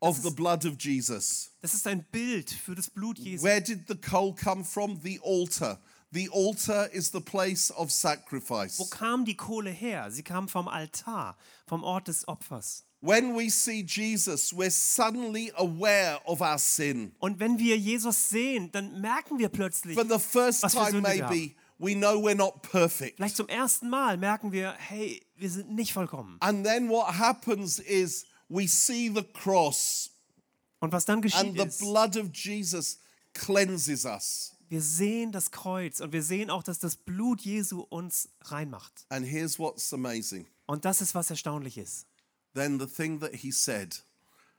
C: of the blood of Jesus.
D: Das ist ein Bild für das Blut Jesu.
C: Where did the coal come from? The altar. The altar is the place of
D: Wo
C: sacrifice.
D: kam die Kohle her? Sie kam vom Altar, vom Ort des Opfers.
C: When we see Jesus, we're suddenly aware of our sin.
D: Und wenn wir Jesus sehen, dann merken wir plötzlich,
C: For the first
D: Was für
C: time,
D: Sünde wir
C: maybe, we know we're not perfect.
D: vielleicht zum ersten Mal merken wir, hey, wir sind nicht vollkommen.
C: And then what happens is we see the cross
D: Und was dann geschieht
C: and the
D: ist,
C: blood of Jesus cleanses us.
D: wir sehen das Kreuz und wir sehen auch, dass das Blut Jesu uns reinmacht.
C: And here's what's amazing.
D: Und das ist, was erstaunlich ist.
C: Then the thing that he said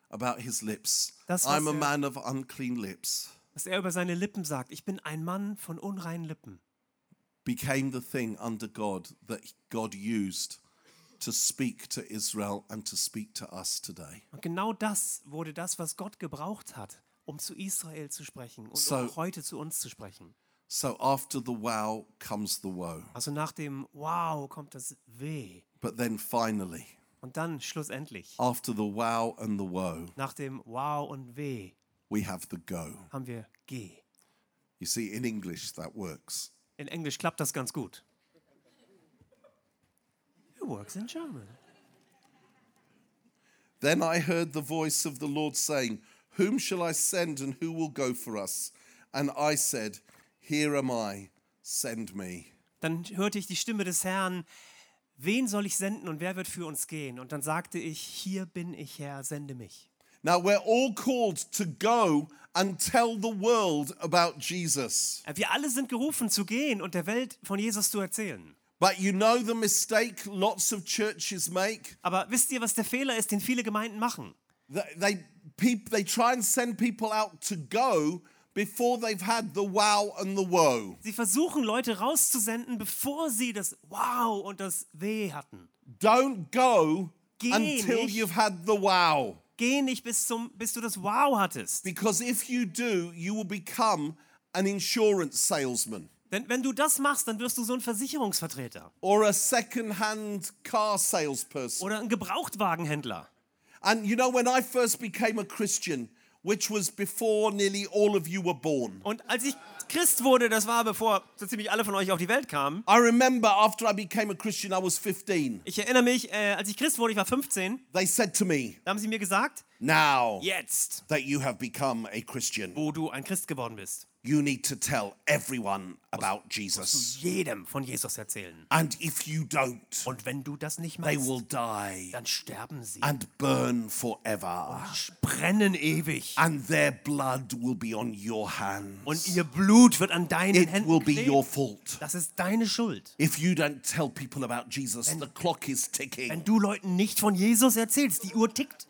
C: about his lips
D: Das, was
C: I'm a
D: er-
C: man of unclean lips
D: Dass er über seine Lippen sagt, ich bin ein Mann von unreinen Lippen.
C: became the thing under God that God used to speak to Israel and to speak to us today.
D: Und genau das wurde das, was Gott gebraucht hat, um zu Israel zu sprechen und
C: So-
D: um auch heute zu uns zu sprechen.
C: So after the wow comes the woe.
D: Also nach dem Wow kommt das Weh.
C: But then finally,
D: Und dann schlussendlich,
C: after the wow and the woe,
D: nach dem Wow und Weh,
C: we have the go.
D: haben wir G.
C: You see, in English, that works.
D: In Englisch klappt das ganz gut. It works in German.
C: Then I heard the voice of the Lord saying, Whom shall I send and who will go for us? And I said, Here am I, send me.
D: Dann hörte ich die Stimme des Herrn, wen soll ich senden und wer wird für uns gehen? Und dann sagte ich, hier bin ich Herr, sende mich.
C: Now we're all called to go and tell the world about Jesus.
D: Äh, Wir alle sind gerufen zu gehen und der Welt von Jesus zu erzählen.
C: But you know the mistake lots of churches make?
D: Aber wisst ihr, was der Fehler ist, den viele Gemeinden machen?
C: They, they, peop, they try and send people out to go before they've had the wow and the woe.
D: Sie versuchen, Leute rauszusenden, bevor sie das Wow und das Weh hatten.
C: Don't go
D: Geh
C: until
D: nicht.
C: you've had the wow.
D: Geh nicht bis, zum, bis du das Wow hattest.
C: Because if you do, you will become an insurance salesman
D: Denn wenn du das machst, dann wirst du so ein Versicherungsvertreter
C: or a second-hand car salesperson.
D: oder ein Gebrauchtwagenhändler.
C: And you know, when I first became a Christian, which was before nearly all of you were born,
D: Und als ich Christ wurde, das war bevor so ziemlich alle von euch auf die Welt kamen.
C: I remember after I became a Christian, I was 15.
D: Ich erinnere mich, äh, als ich Christ wurde, ich war 15,
C: They said to me,
D: da haben sie mir gesagt,
C: Now
D: jetzt,
C: that you have become a Christian,
D: wo du ein Christ geworden bist,
C: you need to tell everyone about Jesus.
D: jedem von Jesus erzählen.
C: And if you don't,
D: Und wenn du das nicht
C: they
D: machst,
C: will die
D: dann sterben sie,
C: and burn forever.
D: brennen ewig
C: and their blood will be on your hands.
D: und ihr Blut wird an deinen
C: It
D: Händen
C: will be
D: kleben.
C: your fault.
D: Das ist deine Schuld.
C: If you don't tell people about Jesus, the clock is
D: Wenn
C: ticking.
D: du Leuten nicht von Jesus erzählst, die Uhr tickt,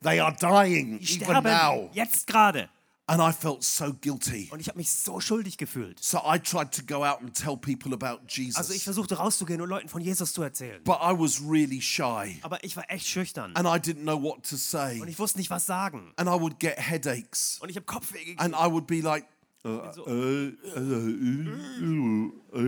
C: They are dying
D: die
C: even now.
D: sterben jetzt gerade.
C: And I felt so guilty.
D: Und ich habe mich so schuldig gefühlt.
C: So I tried to go out and tell people about
D: Also ich
C: Jesus.
D: versuchte rauszugehen und Leuten von Jesus zu erzählen.
C: But I was really shy
D: Aber ich war echt schüchtern.
C: and I didn't know what to say.
D: Und ich wusste nicht, was sagen.
C: And I would get headaches.
D: Und ich habe Kopfweh gekriegt.
C: And I would be like, uh, uh, uh, uh, uh,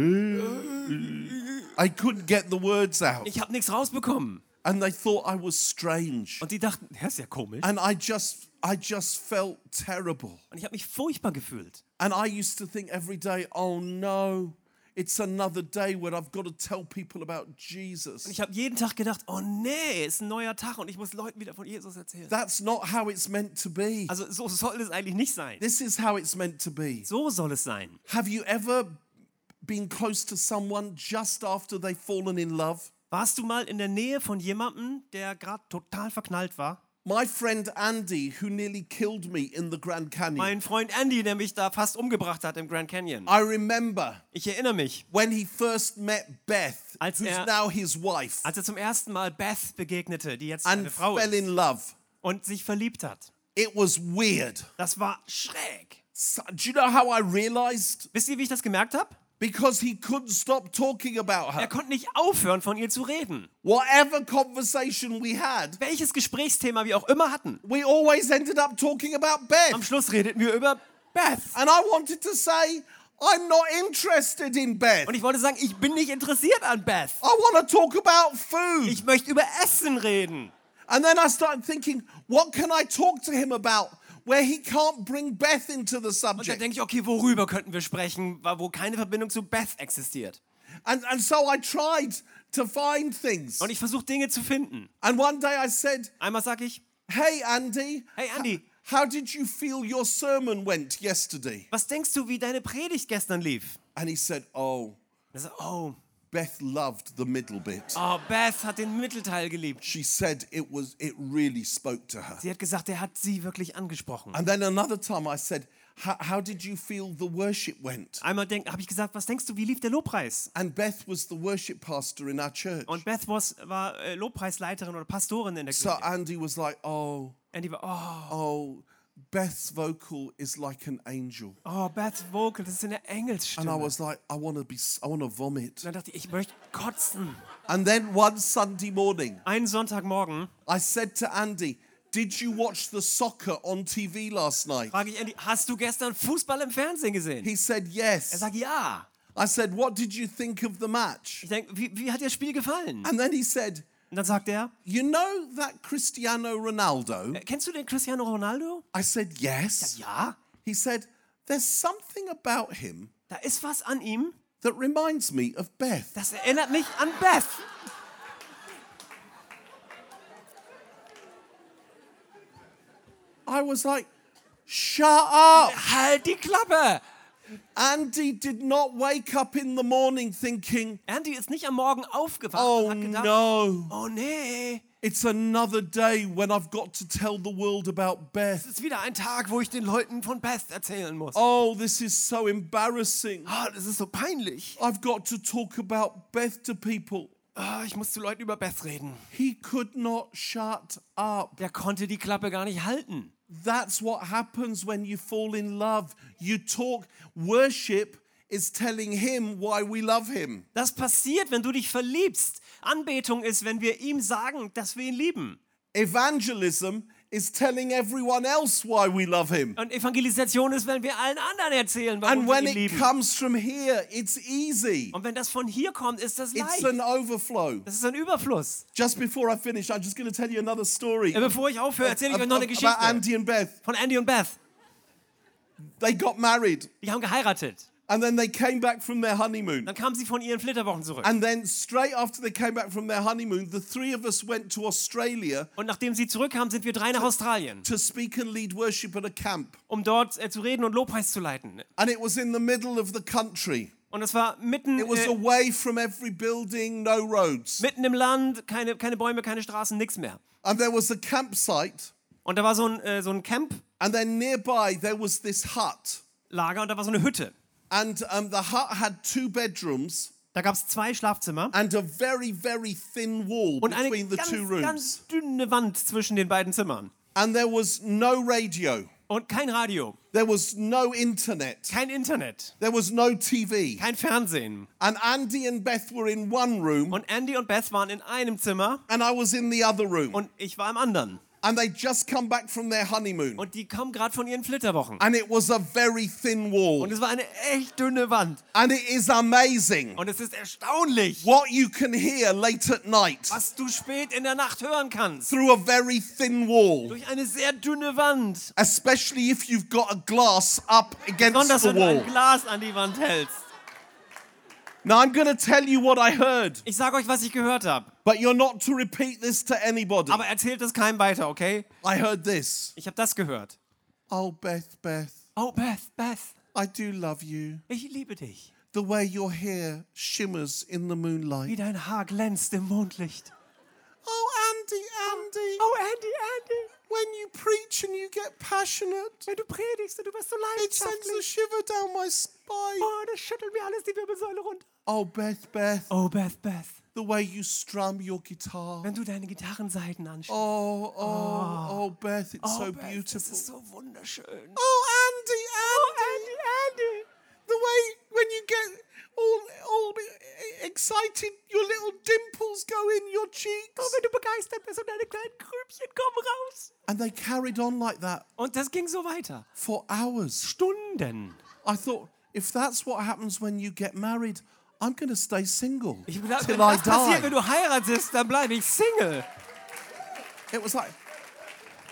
C: uh. I couldn't get the words out.
D: Ich habe nichts rausbekommen.
C: And they thought I was strange.
D: Und die dachten, das ist ja komisch.
C: and I just I just felt terrible.
D: Und ich habe mich furchtbar gefühlt.
C: And I used to think every day, oh no, it's another day where I've got to tell people about Jesus.
D: Ich habe jeden Tag gedacht, oh nee, ist ein neuer Tag und ich muss Leuten wieder von Jesus erzählen.
C: That's not how it's meant to be.
D: Also so soll es eigentlich nicht sein.
C: This is how it's meant to be.
D: So soll es sein.
C: Have you ever been close to someone just after they've fallen in love?
D: Warst du mal in der Nähe von jemandem, der gerade total verknallt war?
C: My friend Andy, who nearly killed me in the Grand Canyon,
D: Mein Freund Andy, der mich da fast umgebracht hat im Grand Canyon.
C: I remember
D: Ich erinnere mich,
C: when he first met Beth,
D: Als
C: who's
D: er-
C: now his wife,
D: als er zum ersten Mal Beth begegnete, die jetzt
C: and
D: eine Frau
C: fell
D: ist,
C: in love.
D: und sich verliebt hat.
C: It was weird.
D: Das war schräg.
C: So- do you know how I realized?
D: Wisst ihr, wie ich das gemerkt habe?
C: Because he couldn't stop talking about her.
D: Er konnte nicht aufhören, von ihr zu reden.
C: Whatever conversation we had,
D: Welches Gesprächsthema wir auch immer hatten.
C: we always ended up talking about Beth.
D: Am Schluss redeten wir über Beth.
C: and I wanted to say, I'm not interested in Beth.
D: Und ich wollte sagen, ich bin nicht interessiert an Beth.
C: I want to talk about food.
D: Ich möchte über Essen reden.
C: and then I started thinking, what can I talk to him about where he can't bring Beth into the
D: Und dann
C: subject?
D: denke ich, okay, worüber könnten wir sprechen, wa- wo keine Verbindung zu Beth existiert.
C: and, and so I tried to find things.
D: Und ich versuche Dinge zu finden.
C: and one day I said,
D: Einmal sage ich,
C: Hey, Andy.
D: Hey, Andy.
C: h- How did you feel your sermon went yesterday?
D: was denkst du, wie deine Predigt gestern lief?
C: And he said, Oh,
D: Und er so, oh,
C: Beth loved the middle bit.
D: oh, Beth hat den Mittelteil geliebt.
C: She said it was it really spoke to her.
D: Sie hat gesagt, er hat sie wirklich angesprochen.
C: And then another time I said, "How- How did you feel the worship went?
D: Einmal habe ich gesagt, was denkst du, wie lief der Lobpreis?
C: And Beth was the worship pastor in our church.
D: Und Beth was, war äh, Lobpreisleiterin oder Pastorin in der
C: So
D: Kirche.
C: Andy was like, Oh,
D: Und die war, oh,
C: oh, Beth's vocal is like an angel.
D: oh, Beth's Vocal, das ist eine
C: And I
D: Engelsstimme. Und
C: was like, I want to be, s- I want to vomit.
D: dann dachte ich, ich möchte kotzen.
C: And then one Sunday morning,
D: Einen Sonntagmorgen
C: I said to Andy, Did you watch the soccer on TV last night?
D: frage ich Andy, hast du gestern Fußball im Fernsehen gesehen?
C: He said,
D: Er
C: Yes.
D: sagt, ja.
C: I said, What did you think of the match?
D: Ich denke, wie, wie hat dir das Spiel gefallen?
C: And then he said,
D: Und dann sagt er, "Äh,
C: You know that Cristiano Ronaldo?
D: kennst du den Cristiano Ronaldo?
C: I said, Yes.
D: Ja.
C: He said, There's something about him
D: Da ist was an ihm,
C: that reminds me of Beth.
D: das erinnert mich an Beth.
C: I was like, Shut up!
D: Halt die Klappe!
C: Andy did not wake up in the morning thinking,
D: Andy ist nicht am Morgen aufgewacht und
C: Oh
D: hat gedacht,
C: no,
D: oh nee,
C: it's another day when I've got to tell the world about Beth.
D: es ist wieder ein Tag, wo ich den Leuten von Beth erzählen muss.
C: Oh, this is so embarrassing.
D: Ah, das ist so peinlich.
C: I've got to talk about Beth to people.
D: Ah, ich muss zu Leuten über Beth reden.
C: He could not shut up.
D: Der konnte die Klappe gar nicht halten.
C: That's what happens when you fall in love. You talk. Worship is telling him why we love him.
D: Das passiert, wenn du dich verliebst. Anbetung ist, wenn wir ihm sagen, dass wir ihn lieben.
C: Evangelism is telling everyone else why we love him.
D: Und Evangelisation ist, wenn wir allen anderen erzählen, warum
C: And
D: wir
C: when
D: ihn
C: it
D: lieben.
C: comes from here, it's easy.
D: Und wenn das von hier kommt, ist das
C: It's
D: leicht.
C: an overflow.
D: Das ist ein Überfluss.
C: Just before I finish, I'm just going to tell you another story
D: Äh, Bevor ich aufhöre, erzähle ich euch noch eine Geschichte
C: about äh, Andy and Beth.
D: von Andy und Beth.
C: They got married.
D: Die haben geheiratet.
C: And then they came back from their honeymoon.
D: Dann kamen sie von ihren Flitterwochen zurück.
C: And then straight after they came back from their honeymoon, the three of us went to Australia
D: Und nachdem sie zurückkamen, sind wir drei nach Australien,
C: to speak and lead worship at a camp.
D: um dort äh, zu reden und Lobpreis zu leiten.
C: And it was in the middle of the country.
D: Und es war mitten,
C: It was
D: äh,
C: away from every building, no roads.
D: mitten im Land, keine, keine Bäume, keine Straßen, nichts mehr.
C: And there was a campsite.
D: Und da war so ein, äh, so ein Camp-Lager
C: And then nearby there was this hut.
D: und da war so eine Hütte.
C: And um, the hut had two bedrooms
D: Da gab es zwei Schlafzimmer
C: and a very, very thin wall
D: und eine
C: between the
D: ganz,
C: two rooms.
D: ganz dünne Wand zwischen den beiden Zimmern.
C: And there was no radio.
D: Und kein Radio,
C: There was no internet.
D: kein Internet,
C: There was no TV.
D: kein Fernsehen.
C: And Andy and Beth were in one room,
D: Und Andy und Beth waren in einem Zimmer
C: and I was in the other room.
D: und ich war im anderen.
C: And they'd just come back from their honeymoon.
D: Und die kamen gerade von ihren Flitterwochen.
C: And it was a very thin wall.
D: Und es war eine echt dünne Wand.
C: And it is amazing
D: Und es ist erstaunlich,
C: what you can hear late at night
D: was du spät in der Nacht hören kannst.
C: through a very thin wall,
D: Durch eine sehr dünne Wand.
C: especially if you've got a glass up against
D: Besonders
C: the
D: wenn du ein
C: wall.
D: Glas an die Wand hältst.
C: Now, I'm going to tell you what I heard,
D: Ich sage euch, was ich gehört habe.
C: but you're not to repeat this to anybody.
D: Aber erzählt es keinem weiter, okay?
C: I heard this.
D: Ich habe das gehört.
C: Oh, Beth, Beth,
D: Oh, Beth, Beth,
C: I do love you.
D: ich liebe dich.
C: the way your hair shimmers in the
D: Wie
C: moonlight.
D: dein Haar glänzt im Mondlicht.
C: Oh, Andy, Andy,
D: Oh, Andy, Andy,
C: when you preach and you get passionate,
D: wenn du predigst und du bist so
C: it sends
D: leidenschaftlich.
C: a shiver down my spine.
D: Oh, das schüttelt mir alles die Wirbelsäule runter.
C: Oh, Beth, Beth,
D: Oh, Beth, Beth,
C: the way you strum your guitar.
D: wenn du deine Gitarrenseiten anschaust.
C: Oh, oh, oh, Beth, it's so
D: Ah. Beth,
C: beautiful.
D: Das ist so wunderschön.
C: Oh, Andy, Andy,
D: Andy.
C: the way when you get all, all excited, your little dimples go in your cheeks.
D: Oh, Wenn du begeistert bist und deine kleinen Krübchen kommen raus.
C: And they carried on like that
D: Und das ging so weiter.
C: for hours.
D: Stunden.
C: I thought, if that's what happens when you get married, I'm going to stay single
D: Ich glaube, wenn
C: till I
D: das passiert, wenn
C: die.
D: du heiratest, dann bleibe ich Single.
C: It was like,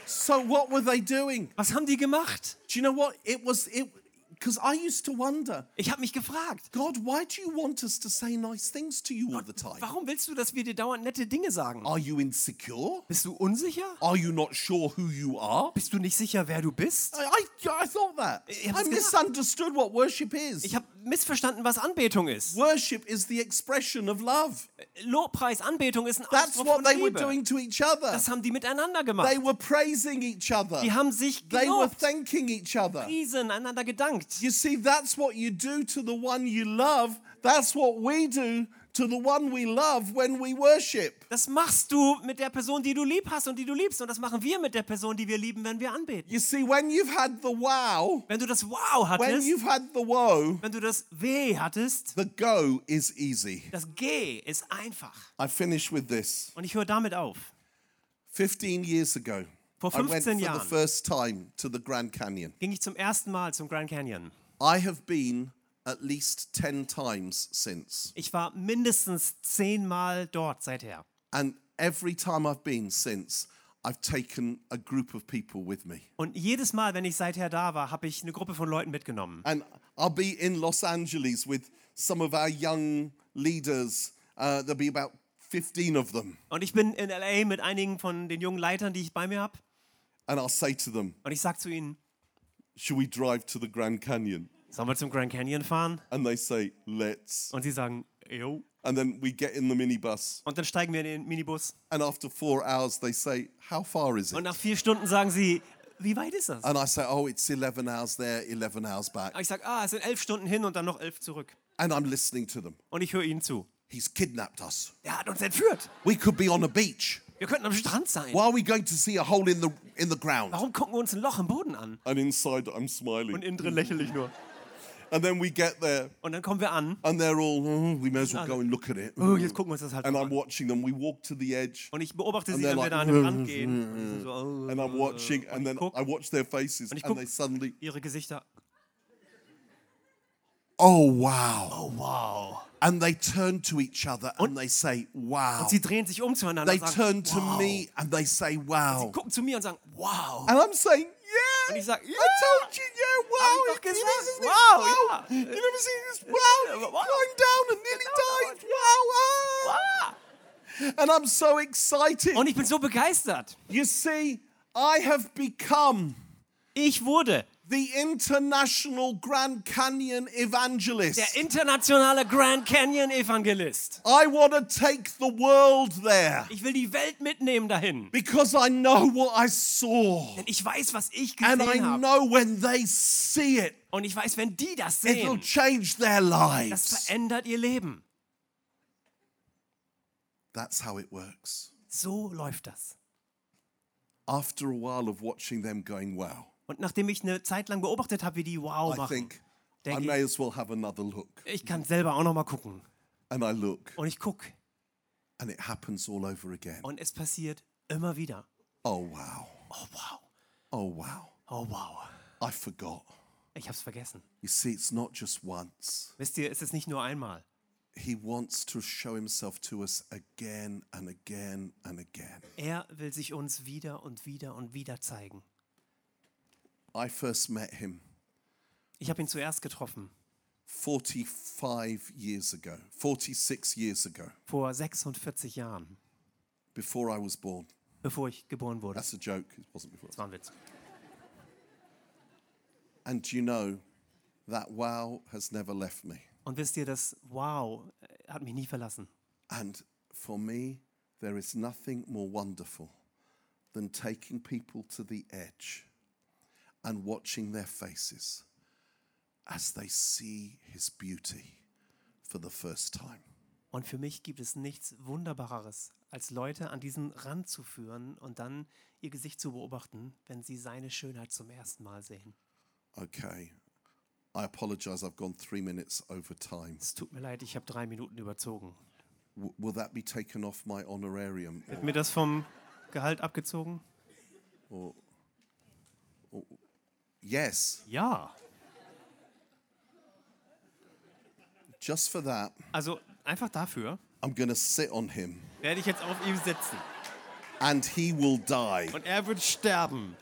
C: so what were they doing?
D: Was haben die gemacht?
C: Do you know what? It was, it because I used to wonder,
D: Ich habe mich gefragt.
C: God, why do you want us to say nice things to you all the time?
D: Warum willst du, dass wir dir dauernd nette Dinge sagen?
C: Are you insecure?
D: Bist du unsicher?
C: Are you not sure who you are?
D: Bist du nicht sicher, wer du bist?
C: I, I, I thought that.
D: Ich
C: I
D: hab's gesagt.
C: misunderstood what worship is.
D: Ich habe missverstanden, was Anbetung ist.
C: worship is the expression of love.
D: Lobpreis, Anbetung ist ein
C: That's
D: Ausdruck
C: what
D: von
C: they were
D: Liebe.
C: doing to each other.
D: Das haben die miteinander
C: They
D: gemacht.
C: were praising each other.
D: Die haben sich
C: They were
D: gelobt,
C: thanking each other.
D: Riesen einander gedankt.
C: You see, that's what you do to the one you love. That's what we do to the one we love when we worship.
D: Das machst du mit der Person, die du lieb hast und die du liebst. Und das machen wir mit der Person, die wir lieben, wenn wir anbeten.
C: You see, when you've had the wow,
D: Wenn du das
C: when
D: Wow hattest,
C: you've had the woe,
D: wenn du das Weh hattest,
C: the go is easy.
D: das G ist einfach.
C: I finish with this.
D: Und ich höre damit auf.
C: 15 years ago,
D: Vor
C: I went for
D: 15
C: the
D: Jahren.
C: first time to the Grand Canyon.
D: Ging ich zum ersten Mal zum Grand Canyon.
C: I have been at least 10 times since.
D: Ich war mindestens zehnmal dort seither.
C: And every time I've been since, I've taken a group of people with me.
D: Und jedes Mal, wenn ich seither da war, habe ich eine Gruppe von Leuten mitgenommen.
C: And I'll be in Los Angeles with some of our young leaders. Uh, there'll be about 15 of them.
D: Und ich bin in LA mit einigen von den jungen Leitern, die ich bei mir habe.
C: And I'll say to them,
D: Und ich sage zu ihnen,
C: Should we drive to the Grand Canyon?
D: sollen wir zum Grand Canyon fahren?
C: And they say, Let's.
D: Und sie sagen, jo.
C: And then we get in the minibus.
D: Und dann steigen wir in den Minibus.
C: And after four hours, they say, How far is
D: Und
C: it?
D: nach vier Stunden sagen sie, wie weit ist das?
C: And I say, Oh, it's 11 hours there, 11 hours back.
D: Und ich sage, ah, es sind elf Stunden hin und dann noch elf zurück.
C: And I'm listening to them.
D: Und ich höre ihnen zu.
C: He's kidnapped us.
D: Der hat uns entführt.
C: We could be on a beach.
D: Wir könnten am Strand sein.
C: Why are we going to see a hole in the in the ground?
D: Warum gucken wir uns ein Loch im Boden an?
C: And inside I'm
D: Und
C: smiling.
D: innen drin lächle ich nur.
C: And then we get there
D: Und dann kommen wir an.
C: and they're all, "Oh, we may as well go and look at it.
D: Oh, jetzt gucken wir uns das halt
C: And
D: mal
C: I'm
D: an.
C: watching them. We walk to the edge
D: Und ich beobachte sie,
C: they're
D: wenn
C: like,
D: wir da an den Rand gehen. Und die sind so, oh,
C: and I'm watching and then
D: guck.
C: I watch their faces
D: ich
C: and they
D: guck.
C: suddenly,
D: ihre Gesichter.
C: oh wow. Oh wow. And they turn to each other and they say, wow.
D: Sie drehen sich um zueinander.
C: They
D: und
C: turn
D: sagen,
C: to me and they say, wow.
D: Sie gucken zu mir und sagen, wow.
C: And I'm saying, yeah.
D: Und ich sag,
C: I told you, yeah, wow.
D: Hab ich doch
C: you
D: gesagt.
C: never seen this, wow.
D: Wow, ja.
C: You never seen this, wow.
D: Ja,
C: He
D: wow.
C: climbed down and nearly
D: Genau,
C: died. Wow, wow.
D: Ah!
C: And I'm so excited.
D: Und ich bin so begeistert.
C: you see, I have become
D: Ich wurde
C: the international Grand Canyon evangelist.
D: der internationale Grand Canyon Evangelist.
C: I want to take the world there
D: Ich will die Welt mitnehmen dahin.
C: because I know what I saw.
D: Denn ich weiß, was ich
C: And I
D: gesehen habe.
C: know when they see it,
D: Und ich weiß, wenn die das
C: it'll
D: sehen,
C: change their
D: das
C: lives.
D: verändert ihr Leben.
C: That's how it works.
D: So läuft das.
C: after a while of watching them going, wow,
D: Und nachdem ich eine Zeit lang beobachtet habe, wie die Wow
C: I
D: machen,
C: think I
D: denke
C: may as well have another look.
D: ich, ich kann selber auch noch mal gucken.
C: And I look,
D: Und ich gucke
C: and it happens all over again.
D: und es passiert immer wieder.
C: Oh, wow.
D: Oh wow,
C: Oh, wow.
D: oh wow.
C: I forgot.
D: Ich hab's vergessen.
C: You see, it's not just once.
D: Wisst ihr, es ist nicht nur einmal.
C: He wants to show himself to us again and again and again.
D: Er will sich uns wieder und wieder und wieder zeigen.
C: I first met him
D: Ich habe ihn zuerst getroffen,
C: 45 years ago, 46 years ago,
D: vor 46 Jahren,
C: before I was born.
D: bevor ich geboren wurde.
C: That's a joke. It wasn't before. I was
D: Das war ein Witz.
C: born. And you know, that wow has never left me.
D: Und wisst ihr, das Wow äh, hat mich nie verlassen.
C: And for me, there is nothing more wonderful than taking people to the edge and watching their faces as they see his beauty for the first time.
D: Und für mich gibt es nichts Wunderbareres, als Leute an diesen Rand zu führen und dann ihr Gesicht zu beobachten, wenn sie seine Schönheit zum ersten Mal sehen.
C: Okay, I apologize, I've gone three minutes over time.
D: Es tut mir leid, ich habe drei Minuten überzogen.
C: W- will that be taken off my honorarium?
D: Wird mir das vom Gehalt abgezogen?
C: Yes,
D: Ja.
C: just for that,
D: Also einfach dafür
C: I'm going to sit on him
D: werde ich jetzt auf ihm sitzen
C: and he will die.
D: und er wird sterben.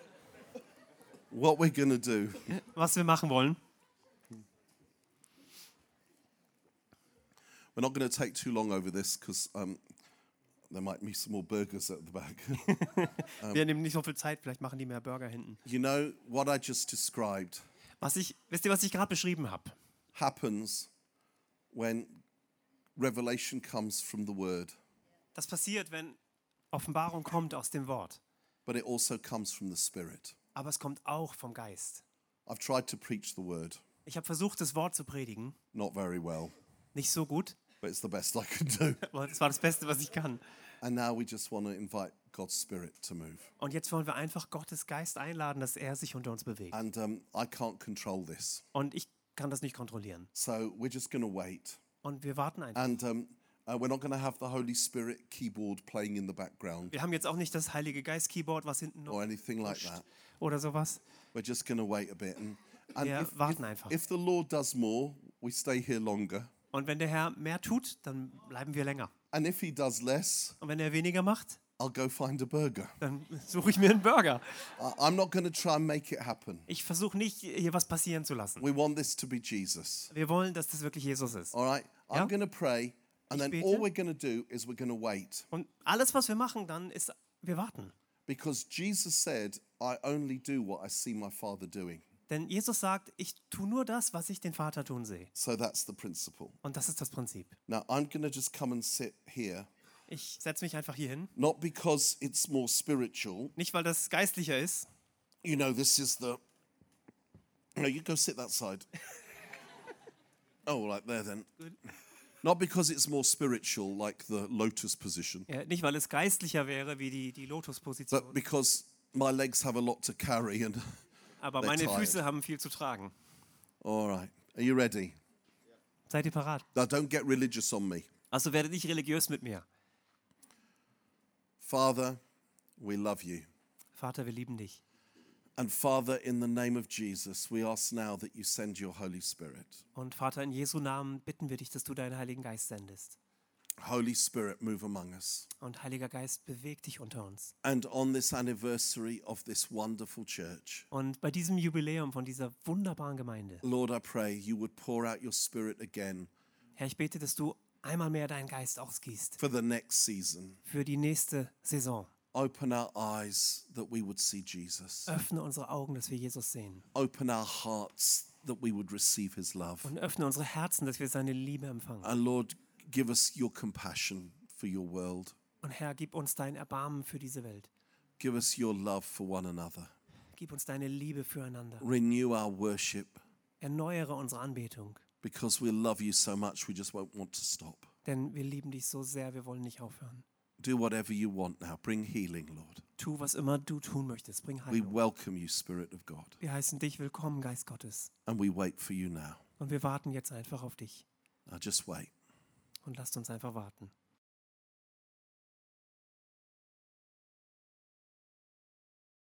C: What we're going to do.
D: Was wir machen wollen,
C: We're not going to take too long over this because um, there might be some more burgers at the back.
D: wir nehmen nicht so viel Zeit, vielleicht machen die mehr Burger hinten.
C: you know, what I just described
D: Was ich, wisst ihr, was ich gerade beschrieben habe?
C: happens when revelation comes from the word,
D: Das passiert, wenn Offenbarung kommt aus dem Wort,
C: but it also comes from the spirit.
D: aber es kommt auch vom Geist.
C: I've tried to preach the word,
D: Ich habe versucht, das Wort zu predigen,
C: not very well,
D: nicht so gut,
C: but it's the best I can do.
D: aber das war das Beste, was ich kann.
C: and now we just want to invite God's spirit to move.
D: Und jetzt wollen wir einfach Gottes Geist einladen, dass er sich unter uns bewegt.
C: And um, I can't control this.
D: Und ich kann das nicht kontrollieren.
C: So we're just going to wait.
D: Und wir warten einfach.
C: And um, uh, we're not going to have the Holy Spirit keyboard playing in the background.
D: Wir haben jetzt auch nicht das Heilige Geist-Keyboard, was hinten noch
C: or anything like that.
D: oder sowas.
C: We're just going to wait a bit. And, and
D: Wir
C: if,
D: warten
C: if-
D: einfach.
C: if the Lord does more, we stay here longer.
D: Und wenn der Herr mehr tut, dann bleiben wir länger.
C: And if he does less,
D: Und wenn er weniger macht,
C: I'll go find a burger.
D: dann suche ich mir einen Burger.
C: I, I'm not going to try and make it happen.
D: Ich versuche nicht, hier was passieren zu lassen.
C: We want this to be Jesus.
D: Wir wollen, dass das wirklich Jesus ist.
C: All right? I'm
D: Ja.
C: going to pray. And
D: Ich
C: then all
D: bete.
C: we're going to do is we're going to wait.
D: Und alles, was wir machen, dann ist, wir warten.
C: Because Jesus said, I only do what I see my Father doing.
D: Denn Jesus sagt, ich tue nur das, was ich den Vater tun sehe.
C: So that's the principle.
D: Und das ist das Prinzip.
C: Now, I'm going to just come and sit here,
D: Ich setze mich einfach hier hin.
C: not because it's more spiritual,
D: Nicht, weil das geistlicher ist.
C: you know, this is the. No, you go sit that side. oh, like there then. Not because it's more spiritual, like the lotus position,
D: Ja, nicht, weil es geistlicher wäre, wie die, die Lotusposition.
C: but because my legs have a lot to carry. And
D: Aber
C: they're
D: meine
C: tired.
D: Füße haben viel zu tragen.
C: all right, are you ready?
D: Seid ihr parat?
C: Now, don't get religious on me.
D: Also werdet nicht religiös mit mir.
C: Father, we love you.
D: Vater, wir lieben dich.
C: And Father, in the name of Jesus, we ask now that you send your Holy Spirit.
D: Und Vater, in Jesu Namen bitten wir dich, dass du deinen Heiligen Geist sendest.
C: Holy Spirit, move among us.
D: Und Heiliger Geist, beweg dich unter uns.
C: And on this anniversary of this wonderful church,
D: Und bei diesem Jubiläum von dieser wunderbaren Gemeinde,
C: Lord, I pray you would pour out your spirit again
D: Herr, ich bete, dass du einmal mehr deinen Geist ausgießt
C: for the next season.
D: für die nächste Saison.
C: Open our eyes that we would see Jesus.
D: Öffne unsere Augen, dass wir Jesus sehen.
C: Open our hearts that we would receive his love.
D: Und öffne unsere Herzen, dass wir seine Liebe empfangen.
C: And Lord, give us your compassion for your world.
D: Und Herr, gib uns dein Erbarmen für diese Welt.
C: Give us your love for one another.
D: Gib uns deine Liebe füreinander.
C: Renew our worship
D: Erneuere unsere Anbetung.
C: because we love you so much, we just won't want to stop.
D: Denn wir lieben dich so sehr, wir wollen nicht aufhören.
C: Do whatever you want now. Bring healing, Lord.
D: Tu, was immer du tun möchtest. Bring
C: We
D: Heilung.
C: welcome you, Spirit of God,
D: Wir heißen dich willkommen, Geist Gottes.
C: and we wait for you now.
D: Und wir warten jetzt einfach auf dich.
C: Now just wait.
D: Und lasst uns einfach warten.